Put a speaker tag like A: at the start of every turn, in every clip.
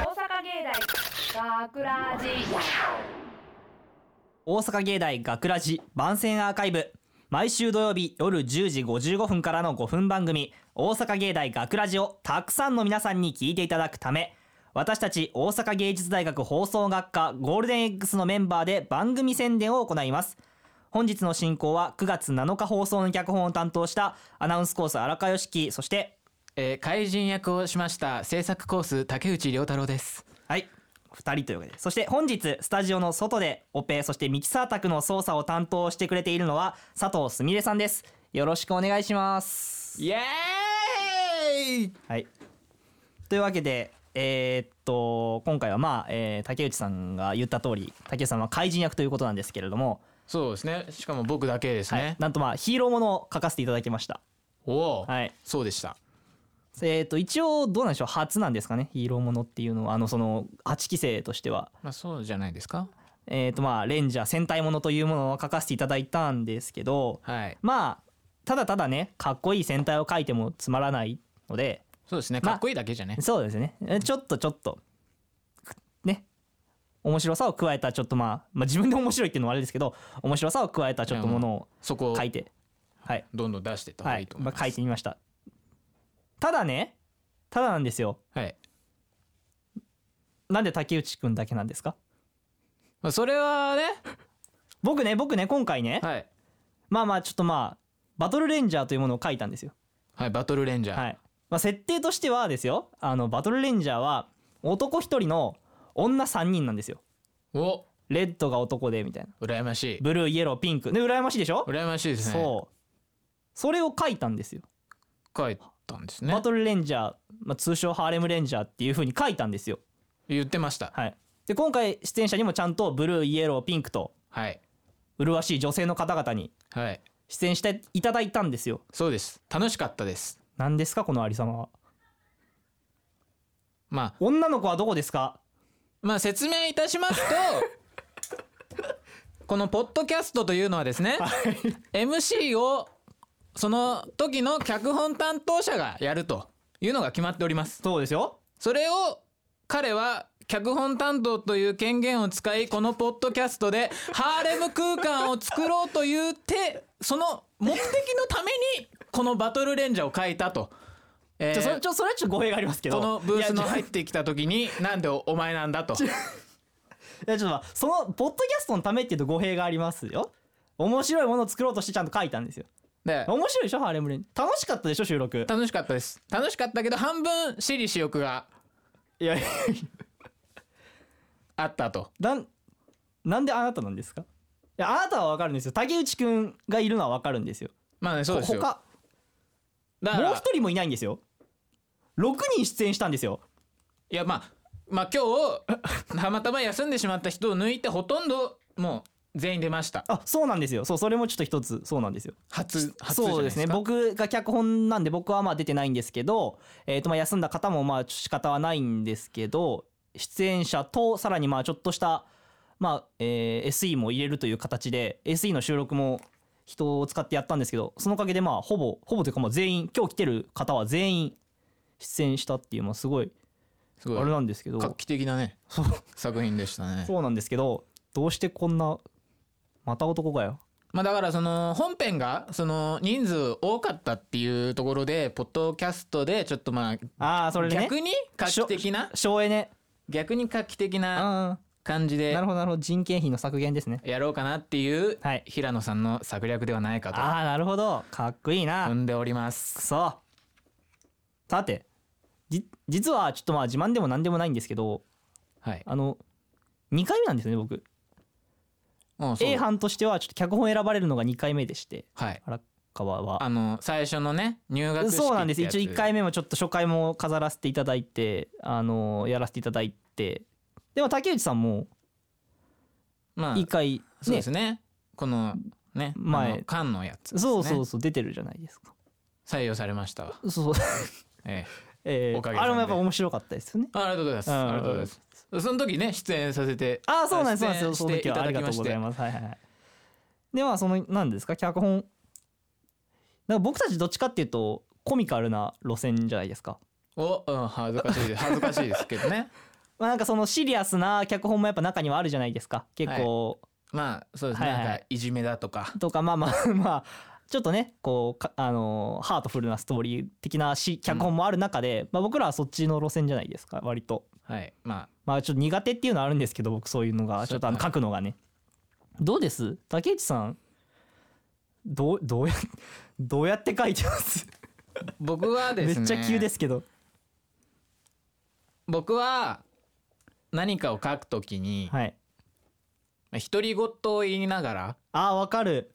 A: 大学ラジ
B: 大阪芸大学ラジ番宣アーカイブ毎週土曜日夜10時55分からの5分番組「大阪芸大学ラジをたくさんの皆さんに聞いていただくため私たち大阪芸術大学放送学科ゴールデン X のメンバーで番組宣伝を行います本日の進行は9月7日放送の脚本を担当したアナウンスコース荒川良樹そして
C: えー、怪人役をしました制作コース竹内涼太郎です
B: はい2人というわけでそして本日スタジオの外でオペそしてミキサー宅の操作を担当してくれているのは佐藤すみれさんですよろしくお願いします
C: イエーイ
B: はいというわけでえーっと今回はまあ、えー竹内さんが言った通り竹内さんは怪人役ということなんですけれども、
C: そうですねしかも僕だけです
B: はい
C: ね、
B: なんとまあヒーローものを書かせていただきました
C: おお、
B: はい
C: そうでした
B: えーっと一応どうなんでしょう初なんですかねヒーローものっていうのはあのその8期生としては
C: まあそうじゃないですか
B: えー、とまあレンジャー戦隊ものというものを書かせていただいたんですけど
C: はい
B: まあただただねかっこいい戦隊を書いてもつまらないので
C: そうですね
B: まあ
C: かっこいいだけじゃね、
B: そうですねえちょっとちょっとね面白さを加えたちょっとまあ、まあ、自分で面白いっていうのはあれですけど面白さを加えたちょっともの
C: そこ
B: を
C: を
B: 書いてはい
C: どんどん出していった方
B: は
C: がいい
B: い
C: と思い
B: ま
C: ま
B: あ
C: す、
B: 書いてみましたただねただなんですよ
C: はい
B: なんで竹内くんだけなんですか
C: まあ、それはね
B: 僕ね僕ね今回ね
C: はい
B: まあまあちょっとまあバトルレンジャーというものを書いたんですよ
C: はいバトルレンジャー、
B: はいまあ、設定としてはですよあのバトルレンジャーは男1人の女3人なんですよ
C: お
B: レッドが男でみたいな
C: 羨ましい
B: ブルーイエローピンクね羨ましいでしょ、
C: 羨ましいですね
B: そうそれを書いたんですよ、
C: 書いたんですね
B: バトルレンジャー、まあ、通称ハーレムレンジャーっていう風に書いたんですよ
C: 言ってました
B: はいで今回出演者にもちゃんとブルーイエローピンクと
C: はい
B: 麗しい女性の方々に
C: はい
B: 出演していただいたんですよ
C: そうです楽しかったです
B: 何ですかこのありさまは
C: まあ
B: 女の子はどこですか
C: まあ説明いた しますとこのポッドキャストというのはですね MC をその時の脚本担当者がやるというのが決まっております
B: そうですよ
C: それを彼は脚本担当という権限を使いこのポッドキャストでハーレム空間を作ろうという手その目的のためにこのバトルレンジャーを書いたと。えー
B: ちょそれちょそれはちょっと語弊がありますけど
C: このブースの
B: いや
C: 入ってきた時になんでお前なんだと。
B: いやちょっとまあそのポッドキャストのためっていうと語弊がありますよ面白いものを作ろうとしてちゃんと書いたんですよ
C: で
B: 面白いでしょハーレムレン楽しかったでしょ収録
C: 楽しかったです楽しかったけど半分私利私欲が
B: いやいや
C: あったと
B: なんなんであなたなんですかいやあなたは分かるんですよ竹内くんがいるのは分かるんですよ
C: まあねそうですよ
B: 他
C: だか
B: もう
C: ら
B: 一人もいないんですよ6人出演したんですよ
C: いやまあまあ今日 たまたま休んでしまった人を抜いてほとんどもう全員出ました
B: あそうなんですよそうそれもちょっと一つそうなんですよ
C: 初初じ
B: そ
C: ゃないうで
B: ですす
C: か
B: ね僕が脚本なんで僕はまあ出てないんですけど、えー、とまあ休んだ方もまあ仕方はないんですけど出演者とさらにまあちょっとした、まあえー SE も入れるという形で SE の収録も人を使ってやったんですけどそのおかげでまあほぼほぼというかまあ全員今日来てる方は全員出演したっていうまあすごい
C: す
B: あ
C: ご
B: れ
C: い
B: なんですけど
C: 画期的なね
B: そう
C: 作品でしたね
B: そうなんですけどどうしてこんなまた男かよ
C: まあだからその本編がその人数多かったっていうところでポッドキャストでちょっとまあ
B: ああそれでね
C: 逆に画期的な
B: 省エネ
C: 逆に画期的な
B: あ
C: 感じ
B: あ
C: で
B: なるほどなるほど人件費の削減ですね
C: やろうかなっていう
B: はい
C: 平野さんの策略ではないかと
B: ああなるほどかっこいいな、
C: 踏んでおります
B: くそさてじ実はちょっとまあ自慢でも何でもないんですけど
C: はい
B: あの2回目なんですね僕
C: うんそう
B: A 班としてはちょっと脚本選ばれるのが2回目でして
C: はい
B: 荒川は
C: あの最初のね入学式ってやつ
B: そうなんです一応1回目もちょっと初回も飾らせていただいてあのやらせていただいてでも竹内さんも
C: まあ
B: 1回
C: そうですねこのね
B: 前
C: 前缶のやつですね
B: そうそうそう出てるじゃないですか
C: 採用されましたわ
B: そう
C: ええ
B: えー
C: おかげさん
B: あ
C: で
B: れもやっぱ面白かったですよね
C: あありがとうございます
B: うん
C: ありがとうございますその時ね出演させて
B: あーそうなんですそう
C: あ
B: なんですよそ
C: 出
B: の
C: 演して
B: 時
C: い
B: は
C: た
B: あ
C: だ
B: り
C: き
B: が
C: ま
B: とう
C: し
B: ござい
C: て
B: ますはいはいはいではその何ですか脚本なんか僕たちどっちかっていうとコミカルな路線じゃないですか
C: おうん恥ずかしいです恥ずかしいですけどね
B: まあ、なんかそのシリアスな脚本もやっぱ中にはあるじゃないですか結構、
C: まあそうですね、
B: はいはい
C: なんかいじめだとか
B: とかまあまあ まあちょっとねこうかあのーハートフルなストーリー的なし脚本もある中で、まあ、僕らはそっちの路線じゃないですか割と。
C: はいま
B: まあちょっと苦手っていうのはあるんですけど僕そういうのがちょっとあの
C: そう
B: 書くのがねどうです竹内さんどうどうや どうやって書いてます
C: あ僕はで
B: め
C: す
B: っ
C: ね
B: ちゃ急ですけど
C: 僕は何かを書くときに、
B: はい
C: まあ独り言を言いながら
B: あーわかる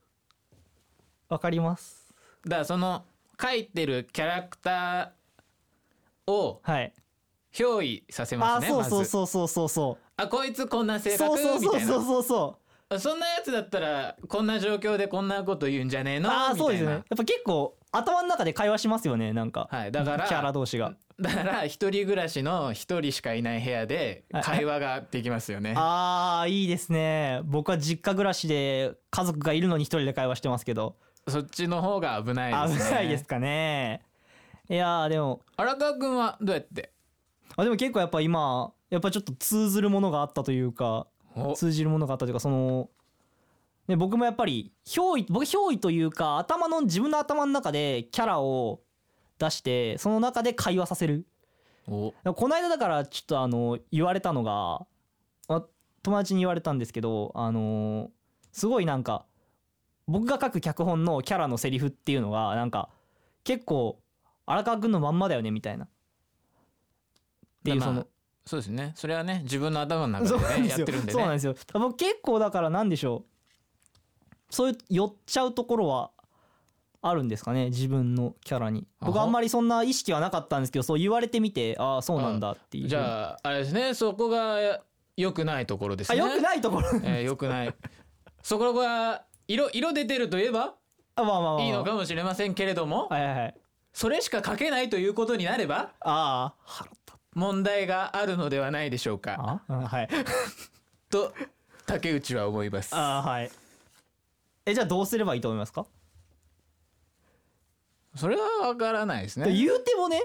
B: わかります
C: だからその書いてるキャラクターを
B: はい
C: 憑依させ
B: あ
C: ま
B: ー
C: すね
B: そう
C: ま
B: そう
C: ず
B: そうそうそうそう
C: あこいつこんな性
B: そう
C: 格
B: そう
C: み
B: そ
C: た
B: う
C: い
B: そう
C: な
B: そうそ
C: そんなやつだったらこんな状況でこんなこと言うんじゃねえ
B: う
C: のみ
B: ああそう
C: た
B: で
C: い
B: すねや
C: な
B: っぱ結構頭の中で会話しますよねなんか、
C: はいだから
B: キャラ同士が
C: だから一人暮らしの一人しかいない部屋で会話ができますよね
B: あーいいですね僕は実家暮らしで家族がいるのに一人で会話してますけど
C: そっちの方が危ないですね
B: 危ないですかねいやーでも
C: 荒川くんはどうやって
B: あでも結構やっぱ今やっぱちょっと通ずるものがあったというか
C: お
B: 通じるものがあったというかその、ね、僕もやっぱり憑依僕憑依というか頭の自分の頭の中でキャラを出してその中で会話させる
C: お
B: この間だからちょっとあの言われたのがあ友達に言われたんですけどあのすごいなんか僕が書く脚本のキャラのセリフっていうのがなんか結構荒川君のまんまだよねみたいな。っていう
C: まあ
B: その
C: そうですねそれはね自分の頭の中でねやってるんで
B: そうなん
C: ね
B: ですよ僕結構だからなんでしょうそういう寄っちゃうところはあるんですかね自分のキャラに僕
C: あ
B: あ
C: は
B: んまりそんな意識はなかったんですけどそう言われてみてああそうなんだっていう
C: じゃああれですねそこが良くないところです
B: あ
C: ね
B: 良くないと ころ
C: えー良くないそこが色色出てるといえば
B: あまあまあまあ
C: いいのかもしれませんけれども
B: はいはいはい
C: それしか書けないということになれば
B: ああ腹立っ
C: 問題があるのではないでしょうか
B: たあ はい
C: と竹内は思います
B: あーはいえじゃあどうすればいいと思いますか、
C: それはわからないですね
B: 言うてもね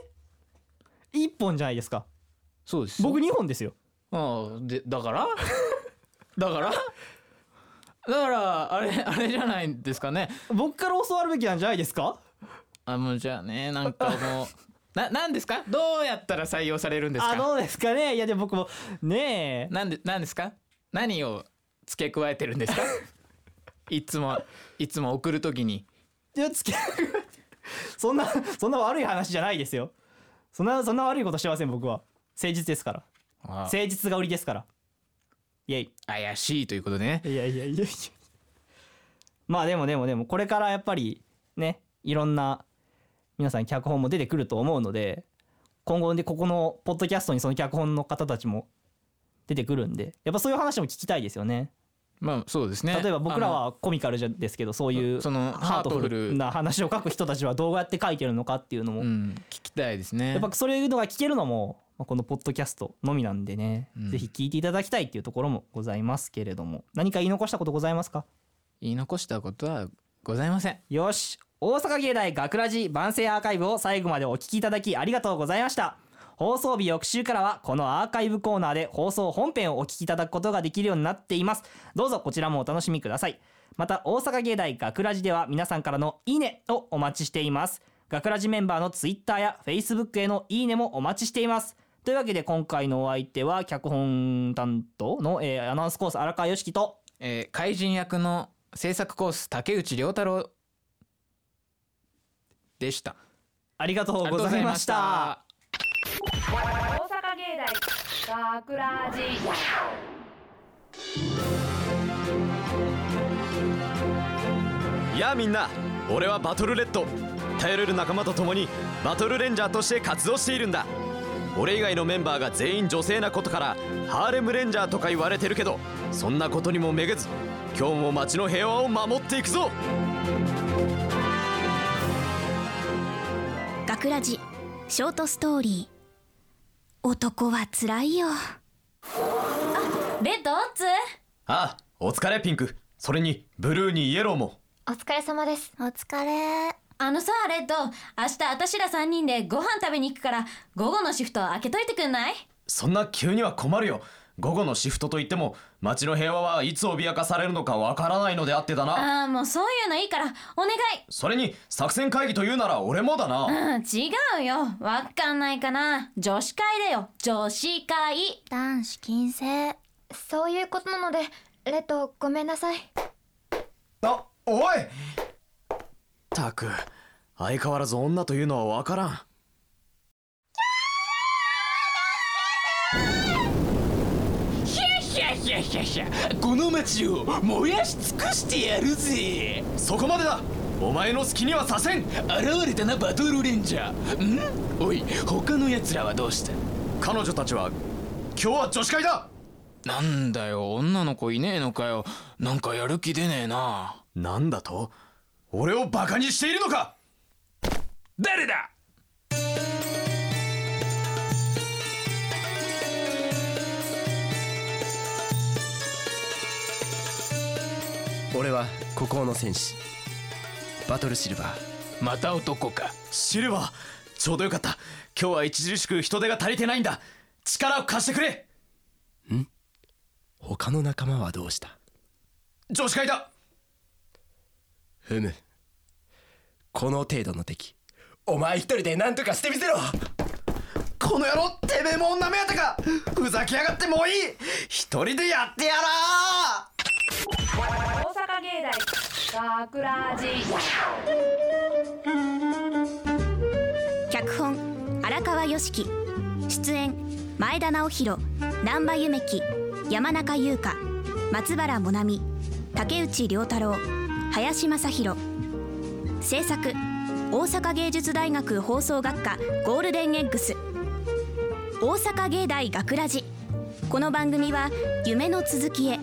B: 一本じゃないですか
C: そうです
B: 僕二本ですよ
C: うんでだから だからだからあれ あれじゃないんですかね
B: 僕から教わるべきなんじゃないですか
C: あもうじゃあねなんか もうななんですかどうやったら採用されるんです
B: あ
C: か
B: どうですかねいやでも僕もねえ
C: なんでなんですか何を付け加えてるんで すかいつもいつも送るときに
B: いやつけ そんなそんな悪い話じゃないですよそんなそんな悪いことしてません僕は誠実ですから
C: あ
B: 誠実が売りですからイエイ
C: 怪しいということでね
B: いやいやいやいや まあでもでもでもこれからやっぱりねいろんな皆さん脚本も出てくると思うので今後でここのポッドキャストにその脚本の方たちも出てくるんでやっぱそういう話も聞きたいですよね
C: まあそうですね
B: 例えば僕らはコミカルじゃですけどそういう
C: その
B: ハートフルな話を書く人たちはどうやって書いてるのかっていうの
C: あ
B: も
C: のうん聞きたいですね
B: やっぱそういうのが聞けるのもまあこのポッドキャストのみなんでね、
C: うん
B: ぜひ聞いていただきたいっていうところもございますけれども何か言い残したことございますか
C: 言い残したことはございません
B: よし大阪芸大学ラジ万世アーカイブを最後までお聞きいただきありがとうございました放送日翌週からはこのアーカイブコーナーで放送本編をお聞きいただくことができるようになっていますどうぞこちらもお楽しみくださいまた大阪芸大学ラジでは皆さんからのいいねをお待ちしています学ラジメンバーのツイッターやフェイスブックへのいいねもお待ちしていますというわけで今回のお相手は脚本担当の、えーアナウンスコース荒川良樹と
C: えー、怪人役の制作コース竹内涼太郎でした。
B: ありがと
C: あ
B: うございました。
A: 大阪芸大学ラジ
D: いやみんな俺はバトルレッド頼れる仲間と共にバトルレンジャーとして活動しているんだ俺以外のメンバーが全員女性なことからハーレムレンジャーとか言われてるけどそんなことにもめげず今日も街の平和を守っていくぞ
E: 学ラジショートストーリー男はつらいよあレッドオッツ
D: ああお疲れピンクそれにブルーにイエローも
F: お疲れ様です
E: お疲れ
F: あのさレッド明日私ら3人でご飯食べに行くから午後のシフト開けといてくんない
D: そんな急には困るよ午後のシフトといっても町の平和はいつ脅かされるのかわからないのであってだな
E: ああもうそういうのいいからお願
D: それに作戦会議というなら俺もだない
E: うん違うよわかんないかな女子会だよ女子会
F: 男子禁制そういうことなのでレッドごめんなさい
D: あおいたく相変わらず女というのはわからん
C: ひゃひゃひゃひゃこの町を燃やし尽くしてやるぜ
D: そこまでだお前の好きにはさせん
C: 現れたなバトルレンジャーんおい他の奴らはどうした
D: 彼女たちは今日は女子会だ
C: なんだよ女の子いねえのかよなんかやる気出ねえな
D: なんだと俺をバカにしているのか
C: 誰だ
G: 俺は孤高の戦士バトルシルバー
C: また男か
D: シルバーちょうどよかった今日は著しく人手が足りてないんだ力を貸してくれ
G: 他の仲間はどうした
D: 女子会だ
G: ふむこの程度の敵お前一人で何とかしてみせろ
D: この野郎てめえも女目当てかふざけやがってもういい一人でやってやらあ
A: 大阪芸大学ラジ
E: 脚本荒川良樹出演前田直弘難波夢樹山中優香松原もなみ竹内涼太郎林正宏制作大阪芸術大学放送学科ゴールデンエッグス大阪芸大学ラジこの番組は夢の続きへ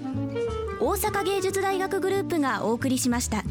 E: 大阪芸術大学グループがお送りしました。